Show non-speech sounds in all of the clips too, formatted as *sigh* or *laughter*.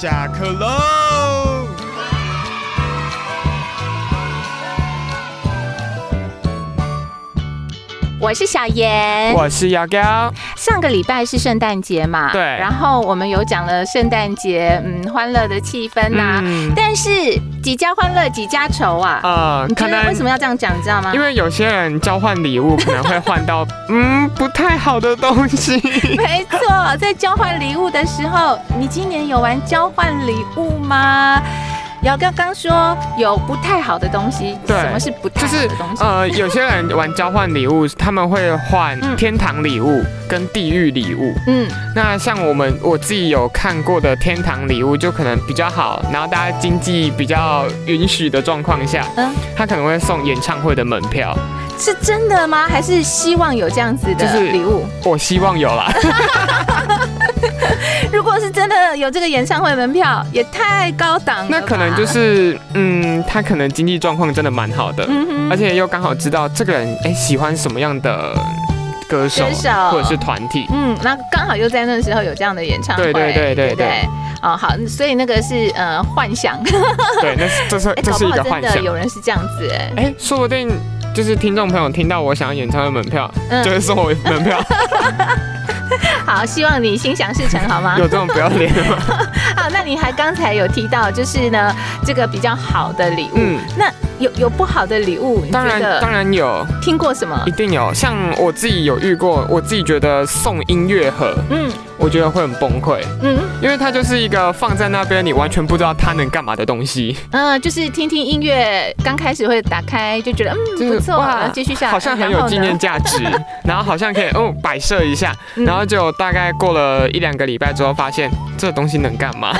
下课喽！我是小妍，我是牙膏，上个礼拜是圣诞节嘛，对然后我们有讲了圣诞节，嗯，欢乐的气氛呐、嗯但是几家欢乐几家愁啊，呃你觉可得能为什么要这样讲，你知道吗 *laughs* 因？为有些人交换礼物可能会换到嗯不太好的 *laughs* 东西，没错，在交换礼物的时候，你今年有玩交换礼物吗？姚刚刚说有不太好的东西，对什么是不太就好是的东西？呃有些人玩交换礼物，他们会换嗯天堂礼物跟地狱礼物。嗯，那像我们我自己有看过的天堂礼物，就可能比较好，然后大家经济比较允许的状况下，嗯他可能会送演唱会的门票。是真的吗？还是希望有这样子就的是礼物？我希望有 *laughs* 啦，如果是真的有这个演唱会门票，也太高档了吧。那可能就是嗯，他可能经济状况真的蛮好的，嗯哼，而且又刚好知道这个人哎、喜欢什么样的歌手歌手或者是团 *laughs* 体，嗯，那刚好又在那时候有这样的演唱会，对对对对对不对。哦，好，所以那个是呃幻 *laughs* 想，对，那是这是哎，这搞是不一好个真幻的想，有人是这样子 *laughs* 哎，哎、说不定就是听众朋友听到我想要演唱会门票，就嗯，会送我 *laughs* 门票，好，希望你心想事成，好吗？有这种不要 *laughs* 脸的吗？好，那你还刚才有提到，就是呢，这个比较好的礼物，嗯，有有不好的礼物，你当觉然得当然有，听过什么一？定有，像我自己有遇过，我自己觉得送音乐盒，嗯我觉得会很崩溃，嗯因为它就是一个放在那边，你完全不知道它能干嘛的东西，嗯、呃就是听听音乐，刚开始会打开就觉得嗯就是不错，哇然后继续下来，好像很然有后纪呢念价值，啊然后好像可以哦摆设一下，嗯然后就大概过了一两个礼拜之后，发现这东西能干嘛？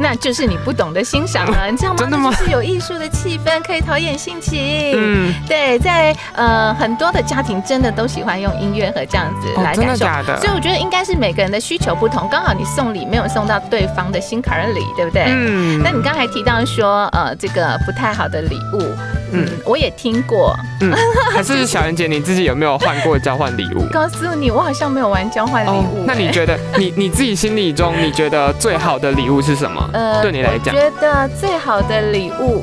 那就是你不懂得欣赏 *laughs* 了，你知道吗？真的吗这就是有艺术的气氛，可以陶冶性情。嗯，对，在呃很多的家庭真的都喜欢用音乐盒这样子哦来真感的受。假的所？以我觉得应该是每个人的需求不同，刚好你送礼没有送到对方的心坎儿里，对不对？嗯那你刚才提到说，呃，这个不太好的礼物，嗯嗯，我也听过。还是小妍姐你自己有没有换过交换礼物？哦告诉你，我好像没有玩交换礼物、那你哎觉得你你自己心里中你觉得最好的礼物是什么？呃对你来讲我觉得最好的礼物，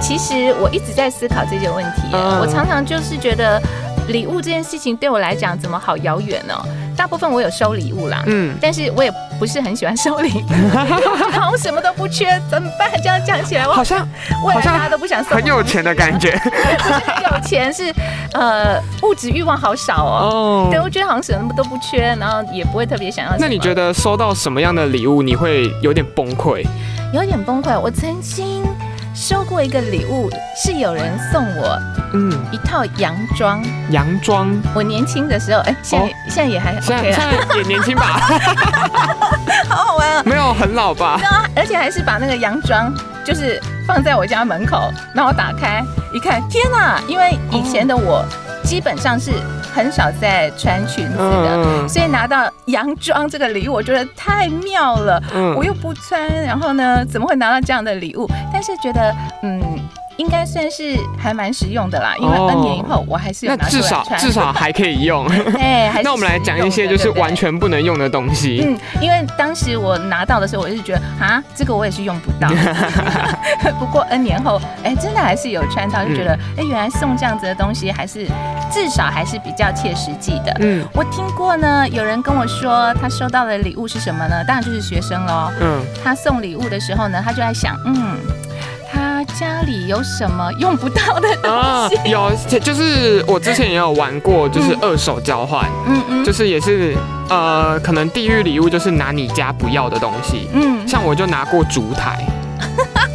其实我一直在思考这些问题耶、嗯我常常就是觉得礼物这件事情对我来讲怎么好遥远哦。大部分我有收礼物啦。嗯，但是我也不是很喜欢收礼 *laughs* 物，好像什么都不缺，怎么办？这样讲起来，我好像未来好像大家都不想送。很有钱的感觉，觉有钱是呃物质欲望好少哦。哦对，。我觉得好像什么都不缺，然后也不会特别想要什么。那你觉得收到什么样的礼物你会有点崩溃？有点崩溃。我曾经收过一个礼物，是有人送我嗯，一套洋装。洋装，我年轻的时候，哎、现在、哦现在也还现在 OK 现啊，在也年 *laughs* 轻吧？好好玩哦。没有，很老吧？然后而且还是把那个洋装就是放在我家门口，然后打开一看，天哪！因为以前的我、基本上是很少在穿裙子的，嗯所以拿到洋装这个礼物，我觉得太妙了。我 *laughs* 嗯，又不穿，然后呢，怎么会拿到这样的礼物？但是觉得，嗯，应该算是还蛮实用的啦，因为哦 N 年以后我还是有那拿出至来少穿。至 *laughs* 少还可以用。哎， *laughs* 还是那我们来讲一些实用的就是对不对完全不能用的东西。嗯，因为当时我拿到的时候，我就觉得啊，这个我也是用不 *laughs* 到。不过 N 年后，哎、真的还是有穿到，就觉得嗯哎、原来送这样子的东西还是至少还是比较切实际的。嗯我听过呢，有人跟我说他收到的礼物是什么呢？当然就是学生喽。嗯，他送礼物的时候呢，他就在想，嗯，他家里有什么用不到的 *laughs* 东啊西？，有，就是我之前也有玩过，就是二手交换， *laughs* 嗯嗯，就是也是呃，可能地狱礼物就是拿你家不要的东西，嗯，像我就拿过烛 *laughs* 台，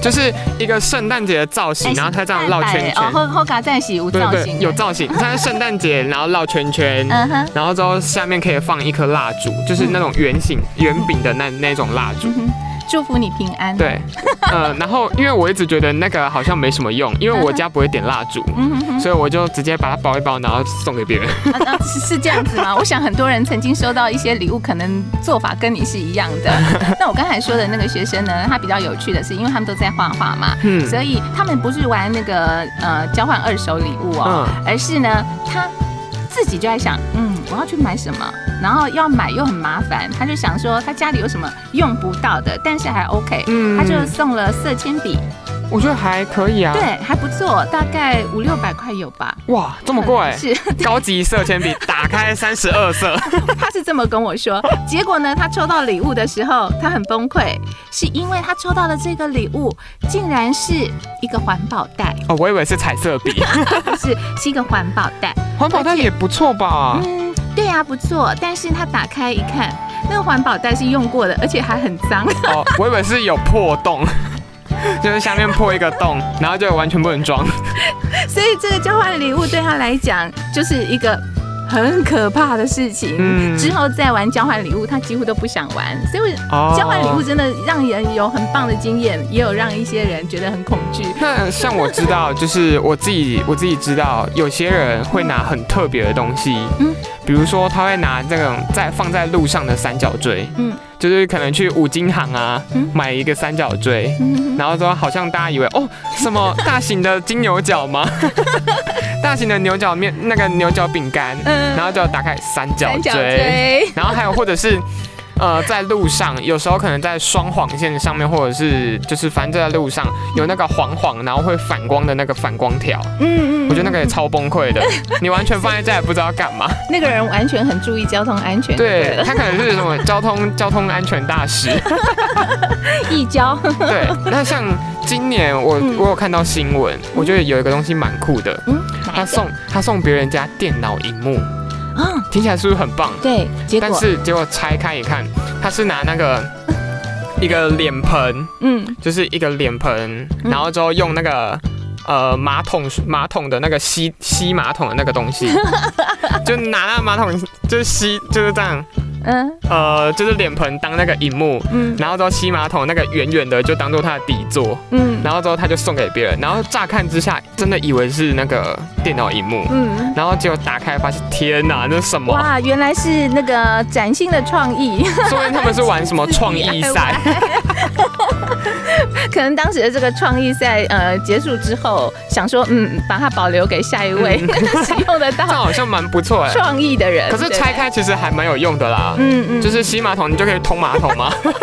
就是一个圣诞节的造型，然后它这样绕圈哦，圈，后后嘎再洗无对造对型，，有，造型，它是圣诞节，然后绕圈圈。嗯哼，然后之后下面可以放一颗蜡烛，就是那种圆形圆饼的那那种蜡烛嗯。哼，祝福你平安。。对，呃，然后因为我一直觉得那个好像没什么用，因为我家不会点蜡烛，嗯哼哼，所以我就直接把它包一包，然后送给别 *laughs* 人。啊那是是这样子 *laughs* 吗？我想很多人曾经收到一些礼物，可能做法跟你是一样的。 *laughs* 那我刚才说的那个学生呢，他比较有趣的是，因为他们都在画画嘛，嗯所以他们不是玩那个呃交换二手礼物哦，嗯而是呢他自己就在想，嗯，我要去买什么，然后要买又很麻烦，他就想说他家里有什么用不到的，但是还 OK，嗯他就送了色铅笔，我觉得还可以啊。对，还不错，大概五六百块有吧。嗯哇，这么贵，是， *laughs* 高级色铅笔，打开三十二色，他是这么跟我说。结果呢，他抽到礼物的时候，他很崩溃，是因为他抽到的这个礼物竟然是一个环保袋，哦，我以为是彩色笔， *laughs* 不是，是一个环保袋。环保袋也不错吧？嗯，对呀、不错。但是他打开一看，那个环保袋是用过的，而且还很脏。 *laughs* 哦，我以为是有破洞， *laughs* 就是下面破一个洞，然后就完全不能装。所以这个交换礼物对他来讲就是一个很可怕的事情。嗯之后再玩交换礼物，他几乎都不想玩。所以哦交换礼物真的让人有很棒的经验，也有让一些人觉得很恐惧。那像我知道，就是我自己我自己知道，有些人会拿很特别的东西，嗯比如说他会拿这种在放在路上的三角锥，嗯就是可能去五金行啊、嗯买一个三角锥， *laughs* 嗯，然后说好像大家以为哦什么大型的金牛 *laughs* 角吗？大型的牛角面那个牛角饼干，嗯然后就打开三角三锥，角锥，然后还有或者是。呃，在路上，有时候可能在双黄线上面，或者是就是反正就在路上有那个黄黄，然后会反光的那个反光条，嗯嗯，我觉得那个也超崩 *laughs* 溃的。你完全放在家也不知道干嘛。那个人完全很注意交通安全，对了，他可能是什么交通交通安全大 *laughs* 使。一交，对，那像今年我嗯我有看到新闻，我觉得有一个东西蛮酷的， *laughs* 嗯，哪他一个送他送别人家电脑荧幕，啊，听起来是不是很棒？对，结但果，是结果拆开一看，他是拿 *laughs* 那个一个脸盆。嗯就是一个脸盆，嗯然后之后用那个呃马桶马桶的那个吸吸马桶的那个 *laughs* 东西，就拿那个马桶就是吸就是这样，嗯呃就是脸盆当那个荧幕，嗯然后之后吸马桶那个远远的就当做它的底座，嗯然后之后他就送给别人，然后乍看之下真的以为是那个电脑荧幕，嗯，然后结果打开发现天哪那是什么？哇，原来是那个崭新的创意， *laughs* 说不定他们是玩什么创意赛，可能当时的这个创意赛呃结束之后，想说嗯把它保留给下一位 *laughs* 使用得这样到好像蛮不错哎。创意的人，嗯 *laughs* 可是对拆，开其实还蛮有用的啦。嗯嗯，就是吸马桶，你就可以通马桶吗？ *laughs*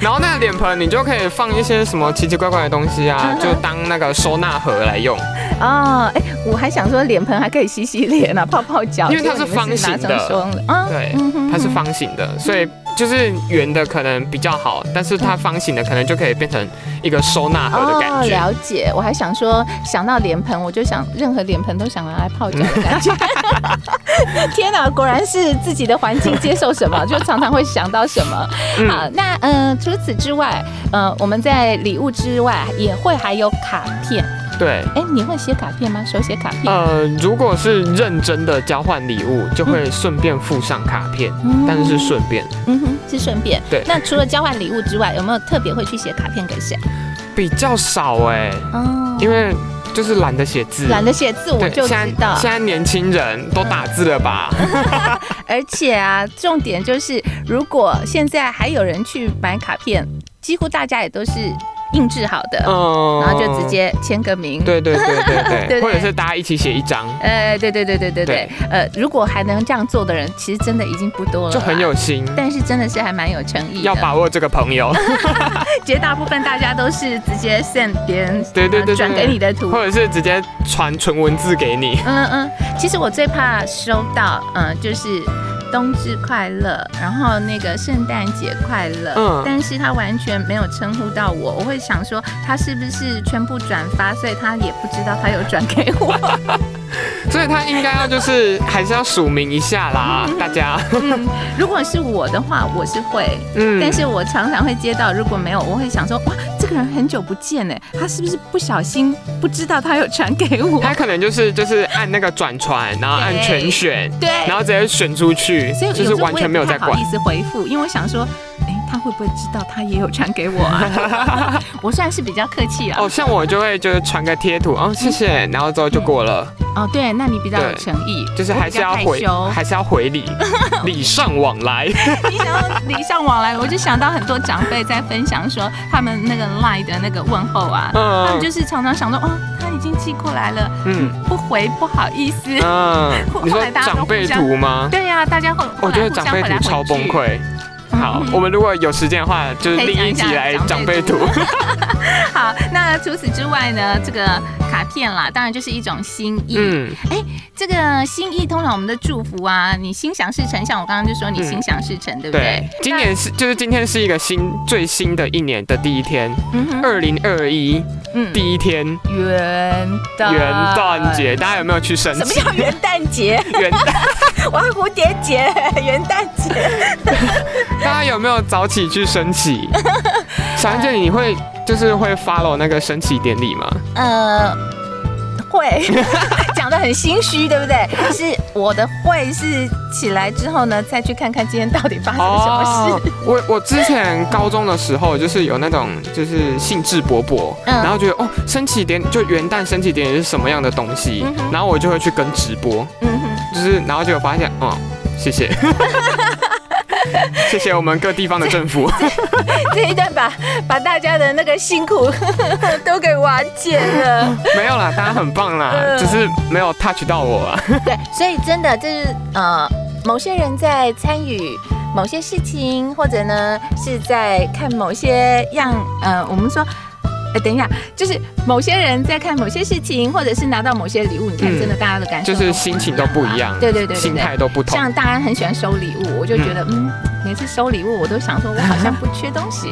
然后那个脸盆，你就可以放一些什么奇奇怪怪的东西啊嗯，哼就当那个收纳盒来用。哦，哎，我还想说脸盆还可以洗洗脸啊，泡泡脚，因为它结是果你们方形的拿成双的，啊，对嗯哼它是方形的，所以就是圆的可能比较好，但是它方形的可能就可以变成一个收纳盒的感觉。哦了解。我还想说，想到脸盆，我就想任何脸盆都想拿来泡脚的感觉。 *laughs* 天哪，果然是自己的环境接受什么，就常常会想到什么。嗯好，那嗯、呃除此之外，呃，我们在礼物之外也会还有卡片。对，哎，你会写卡片吗？手写卡片？呃，如果是认真的交换礼物，就会顺便附上卡片，嗯但是是顺便嗯哼，是顺便。对那除了交换礼物之外，有没有特别会去写卡片给谁？比较少哎、哦，因为就是懒得写字。懒得写字，我对，就现知在道。现在年轻人都打字了吧？而且啊，重点就是，如果现在还有人去买卡片，几乎大家也都是印制好的，嗯然后就直接签个名。。对对对 *laughs* 对对对，不对或者是大家一起写一张，呃，对对对对对对对，呃，如果还能这样做的人，其实真的已经不多了，就很，有心，但是真的是还蛮有诚意的。要把握这个朋友， *laughs* 绝大部分大家都是直接 send 别人，对对呃对对转给你的图，或者是直接传纯文字给你。嗯嗯，其实我最怕收到，嗯，就是冬至快乐，然后那个圣诞节快乐，嗯但是他完全没有称呼到我，我会想说他是不是全部转发，所以他也不知道他有转给 *laughs* 我。所以他应该要就是还是要署名一 *laughs* 下啦，大家。嗯，如果是我的话，我是会，嗯但是我常常会接到，如果没有，我会想说，哇，这个人很久不见哎，他是不是不小心不知道他有传给我？他可能就是就是按那个转传，然后按全选，对，然后直接选出去所以，有就时是候完我也全没有不太在好管意。思回复，因为我想说，哎、他会不会知道他也有传给我 *laughs* 啊？我算是比较客气啊。哦，像我就会就是传个贴图，哦，谢嗯谢，然后之后就过了，哦，对，那你比较有对诚意，就是我还比是较要害回，羞。还是要 *laughs* 回礼，礼尚往来。你想要礼尚往来，我就想到很多长辈在分享说他们那个 LINE 的那个问候啊，他们嗯就是常常想说，哦，他已经寄过来了，嗯不回不好意思。 *laughs* 嗯，*laughs* 你后说来大家都长辈互相图吗？对呀、大家会我觉得长辈图超崩。溃。好，我们如果有时间的话，就是嗯可以另讲一一集下来长长辈辈图图。好，那除此之外呢，这个卡片啦，当然就是一种心意。嗯，这个心意，通常我们的祝福啊，你心想事成，像我刚刚就说你心想事成，对不对对？，今年是就是今天是一个新最新的一年的第一天，嗯哼二零二一嗯第一天元旦元旦。节，大家有没有去升什么旗？叫元旦节？ *laughs* 元旦，我要蝴蝶结，元旦节。大家有没有早起去 *laughs* 升旗？小安姐，你会就是会 follow 那个升旗典礼吗？呃， *laughs* 会讲的很心虚，对不对？是我的会是起来之后呢，再去看看今天到底发生什么哦事。，我我之前高中的时候，就是有那种就是兴致勃勃，嗯然后觉得哦，升旗典就元旦升旗典礼是什么样的东西嗯，哼然后我就会去跟直播，嗯哼，就是然后就有发现，哦，谢谢， *laughs* 谢谢我们各地方的政府，这一段把把大家的那个辛苦 *laughs* 都给瓦解了。没有啦，大家很棒啦，嗯只是没有 touch 到我啊，对，所以真的就是呃，某些人在参与。某些事情，或者呢是在看某些样，呃，我们说，呃，等一下，就是某些人在看某些事情，或者是拿到某些礼物，你看，嗯真的大家的感受就是心情都不一样，对对对对对心态都不同，像大家很喜欢收礼物，我就觉得，嗯，每次收礼物，我都想说，我好像不缺东 *laughs* 西。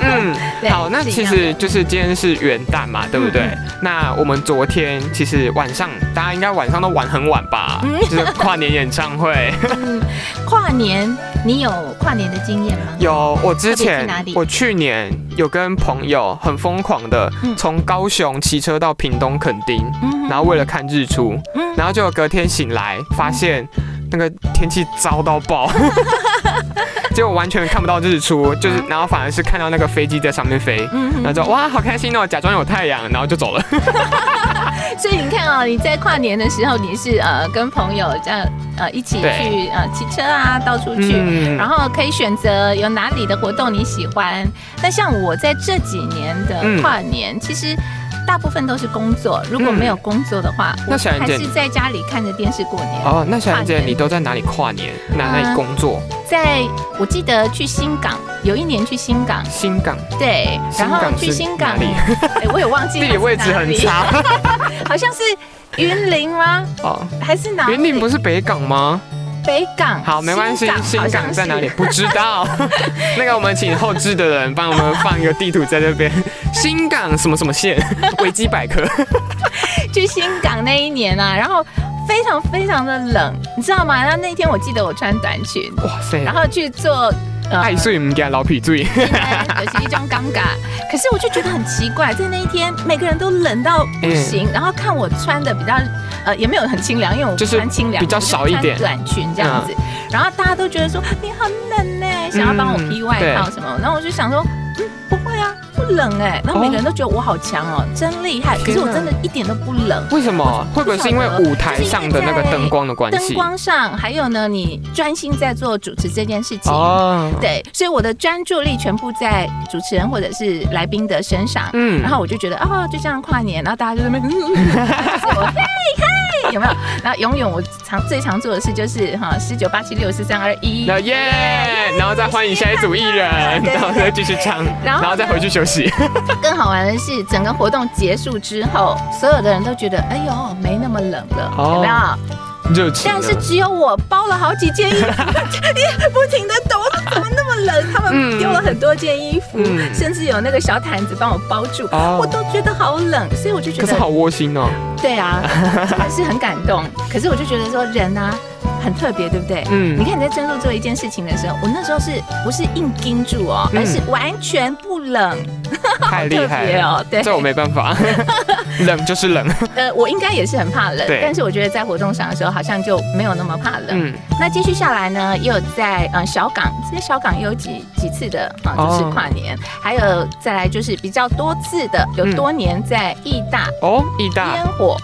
嗯。对好，那是一其样的嗯实就是今天是元旦嘛，对不对？那我们昨天其实晚上，大家应该晚上都玩很晚吧？就是跨年演唱 *laughs* 会。嗯，跨年你有跨年的经验吗？有，我之特别去前哪里我去年有跟朋友很疯狂的嗯从高雄骑车到屏东垦丁，嗯，然后为了看日出，嗯然后就隔天醒来发现那个天气糟到 *laughs* 爆。 *laughs* 结果完全看不到日出，就是，然后反而是看到那个飞机在上面飞，嗯然后就哇，好开心哦，假装有太阳，然后就走了。所以你看啊、你在跨年的时候，你是呃跟朋友这样呃一起去对呃骑车啊，到处去。嗯然后可以选择有哪里的活动你喜欢。那像我在这几年的嗯跨年，其实大部分都是工作。如果没有工作的话，嗯那我小妍还姐是在家里看着电视过年。哦，那小兰姐跨，年你都在哪里跨年？哪里工作？在我记得去新港，有一年去新港，新港，对，然新后港去是新港，哪里 *laughs* 哎，我也忘记 *laughs* 地理位置很它差是哪里，好像是云林吗？ *laughs* 哦。还是哪里？云林不是北港吗？北港？好，没关系，新好像港在哪是里？不知道。 *laughs* 那个我们请后置的人帮我们放一个地图在这 *laughs* 边。新港什么什么 *laughs* 县？维基百科。去新港那一年啊，然后非常非常的冷，你知道吗？然后那天我记得我穿短裙，哇塞！然后去做呃爱睡唔加老皮醉。有是一种尴尬。可是我就觉得很奇怪，在那一天每个人都冷到不行，然后看我穿的比较呃也没有很清凉，因为我不就是穿清凉，比较少一点我就穿短裙这样子。然后大家都觉得说你很冷呢、想要帮我披外套什么，然后我就想说嗯不会啊。不冷哎、然后每个人都觉得我好强哦、真厉害。可是我真的一点都不冷，为什么？会不会是因为舞台上的那个灯光的关灯系？光上，还有呢，你专心在做主持这件事情。哦，对，所以我的专注力全部在主持人或者是来宾的身上，嗯然后我就觉得哦，就这样跨年，然后大家就在那 *laughs* 边，嗯然后就是我嘿嘿，有没有？然后永远我常最常做的事就是哈，十九八七六四三二一，那耶，然后再欢迎下一组艺人，然后再继续唱，然后呢然后再回去休息。更好玩的是，整个活动结束之后，所有的人都觉得哎呦没那么冷了，哦有没有？热情啊了。但是只有我包了好几件衣服，不停的抖，怎么那么冷？他们丢了很多件衣服，嗯甚至有那个小毯子帮我包住，哦我都觉得好冷，所以我就觉可得是好窝心哦。对 *laughs* 啊，还是很感动。可是我就觉得说人啊，很特别，对不对？嗯你，看你在专注做一件事情的时候，我那时候是不是硬盯住哦，嗯而是完全不冷，太厉特害别了，哦，对， *laughs* 这我没办法。冷就是冷，呃，我应该也是很怕冷对，但是我觉得在活动上的时候好像就没有那么怕冷。嗯，那继续下来呢，也有在呃小港，在小港也有几几次的啊、呃就是哦跨年，还有再来就是比较多次的，有嗯多年在义大哦，义烟大，火，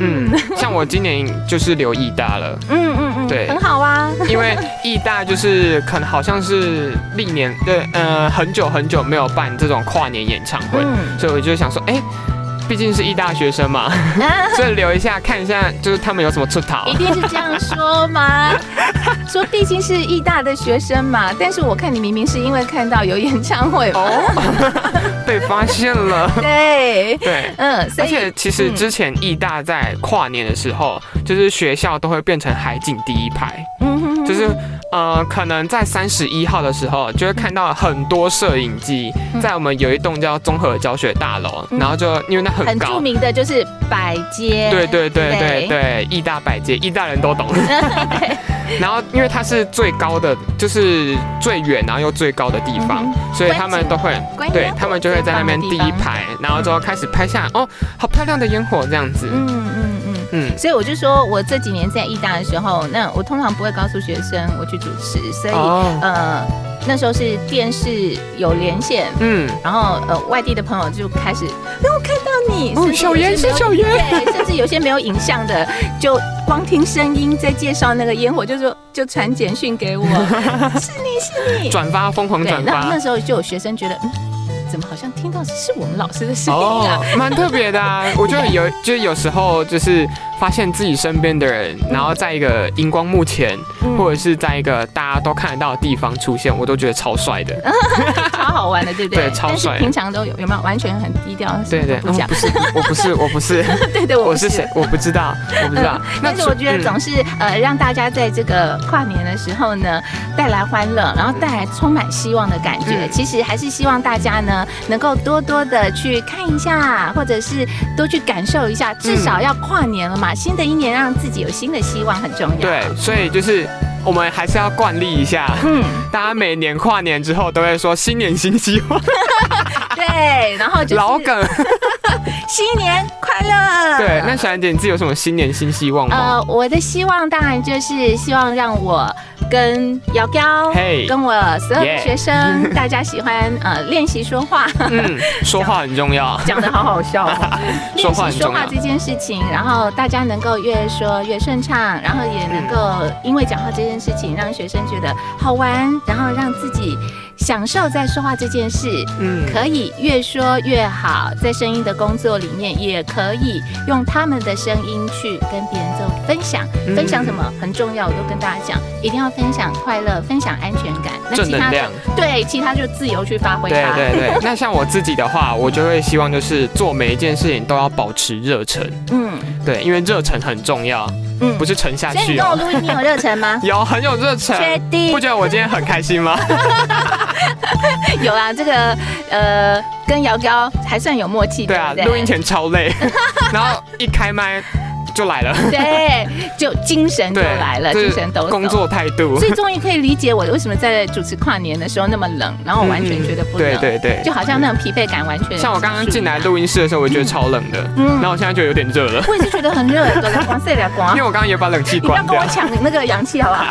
嗯，像我今年就是留义大了，嗯嗯嗯，对很好啊，因为义大就是可能好像是历年对，呃，很久很久没有办这种跨年演唱会， *laughs* 嗯，所以我就想说，哎、毕竟是义大学生 *laughs* 嘛，所以留一下看一下，就是他们有什么出逃啊啊一。定是这样说吗？ *laughs* 说毕竟是义大的学生嘛，但是我看你明明是因为看到有演唱会嘛，哦， *laughs* 被发现了，对，对。嗯，所而以且其实嗯之前义大在跨年的时候，就是学校都会变成海景第一排，嗯哼哼就是呃，可能在三十一号的时候，就会看到很多摄影机嗯在我们有一栋叫综合教学大楼，嗯然后就因为那很很著高，名的就是百街，对对对对对对，义大百街，义大 *laughs* 人都懂。然后因为它是最高的，就是最远然后又最高的地方嗯，所以他们都会观对烟火他们就会在那边最第棒的一地方排，然后之后开始拍下哦，好漂亮的烟火这样子，嗯嗯嗯。嗯，所以我就说，我这几年在义大的时候，那我通常不会告诉学生我去主持，所以、哦，呃那时候是电视有连线，嗯，然后呃外地的朋友就开始，那我看到你，哦甚至有小些严是没有小严对，甚至有些没有影像的，就光听声音在介绍那个烟火，就说就传简讯给 *laughs* 我，是你是你，转发疯狂对，转然后发那，时候就有学生觉得，嗯，怎么好像听到是我们老师的声音啊？哦，蛮特别的啊，我觉得有就是有时候就是发现自己身边的人，然后在一个荧光幕前，嗯或者是在一个大家都看得到的地方出现，我都觉得超帅的，嗯超好玩的，对不对？对超帅但是平常都有有没有完全很低调，对对，什么都哦不讲不。是，我不是，我 *laughs* 不是。对对，我不是谁？？我不知道，我不 *laughs* 知道。但是除我觉得嗯总是、呃，让大家在这个跨年的时候呢，带来欢乐，然后带来充满希望的感觉。嗯其实还是希望大家呢，能够多多的去看一下，或者是多去感受一下。嗯至少要跨年了嘛，新的一年让自己有新的希望很重要。对，所以就是我们还是要惯例 *laughs* 一下，嗯，大家每年跨年之后都会说新年新希望，对，然后就是嗯老梗。新年快乐。对，那小兰姐你自己有什么新年新希望吗？呃，我的希望当然就是希望让我跟瑶瑶。嘿，哦跟我所有的 Yeah 学生大家喜欢呃练习说 *laughs* 话，嗯，说话很重要。讲的好好笑、 *laughs* 哦。说练话很重要习说话这件事情，然后大家能够越说越顺畅，然后也能够嗯因为讲话这件事情，让学生觉得好玩，然后让自己享受在说话这件事。嗯，可以越说越好，在声音的工作里面，也可以用他们的声音去跟别人做分享。嗯分享什么很重要，我都跟大家讲，一定要分享快乐，分享安全感。那正其他能的量。对，其他就自由去发挥对它。对对， *laughs* 那像我自己的话，我就会希望就是做每一件事情都要保持热忱，嗯对，因为热忱很重要，嗯不。是沉下所以你去跟我哦。？录音，你有热忱吗 *laughs* 有很有热确忱，定不觉得我今天很开心吗？有啊，这个呃，跟姚高还算有默契，对啊， *laughs* 不对录音前超累， *laughs* 然后一开麦就来了，对，就精神就对，来了，这精是神抖擞。工作态度所，以终于可以理解我为什么在主持跨年的时候那么冷，然后我完全觉得不冷，嗯对对对，就好像那种疲惫感完全。像我刚刚进，来录音室的时候，我觉得超冷的，嗯然后我现在就有点热了，我也是觉得很热，都 *laughs* 在光晒凉光因为。我刚刚也把冷气啊你不要关跟我掉，抢那个氧气好不 *laughs* 好？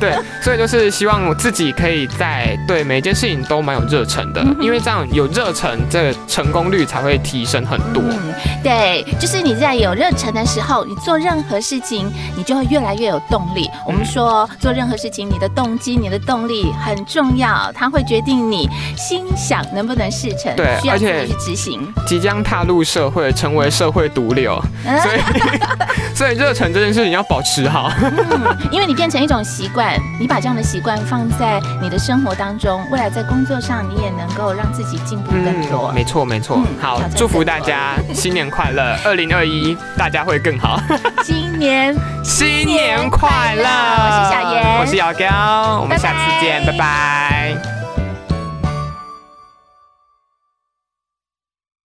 对，所以就是希望我自己可以在对每件事情都蛮有热忱的，嗯因为这样有热忱，这个成功率才会提升很多。嗯，对，就是你在有热忱的时候，你做任何事情，你就会越来越有动力。我们说做任何事情，你的动机、你的动力很重要，它会决定你心想能不能事成，对需要而自且己去执 *laughs* 行。即将踏入社会，成为社会毒瘤，嗯 *laughs* 所以所以热忱这件事情要保持好。因为你变成一种习惯，你把这样的习惯放在你的生活当中，未来在工作上你也能够让自己进步更多。没错没错。嗯好挑，战祝福更大多家新年快乐，二零二一大家会更 *laughs* 好，新年新年快乐！我是小妍我是姚高，我们拜下次见，拜拜拜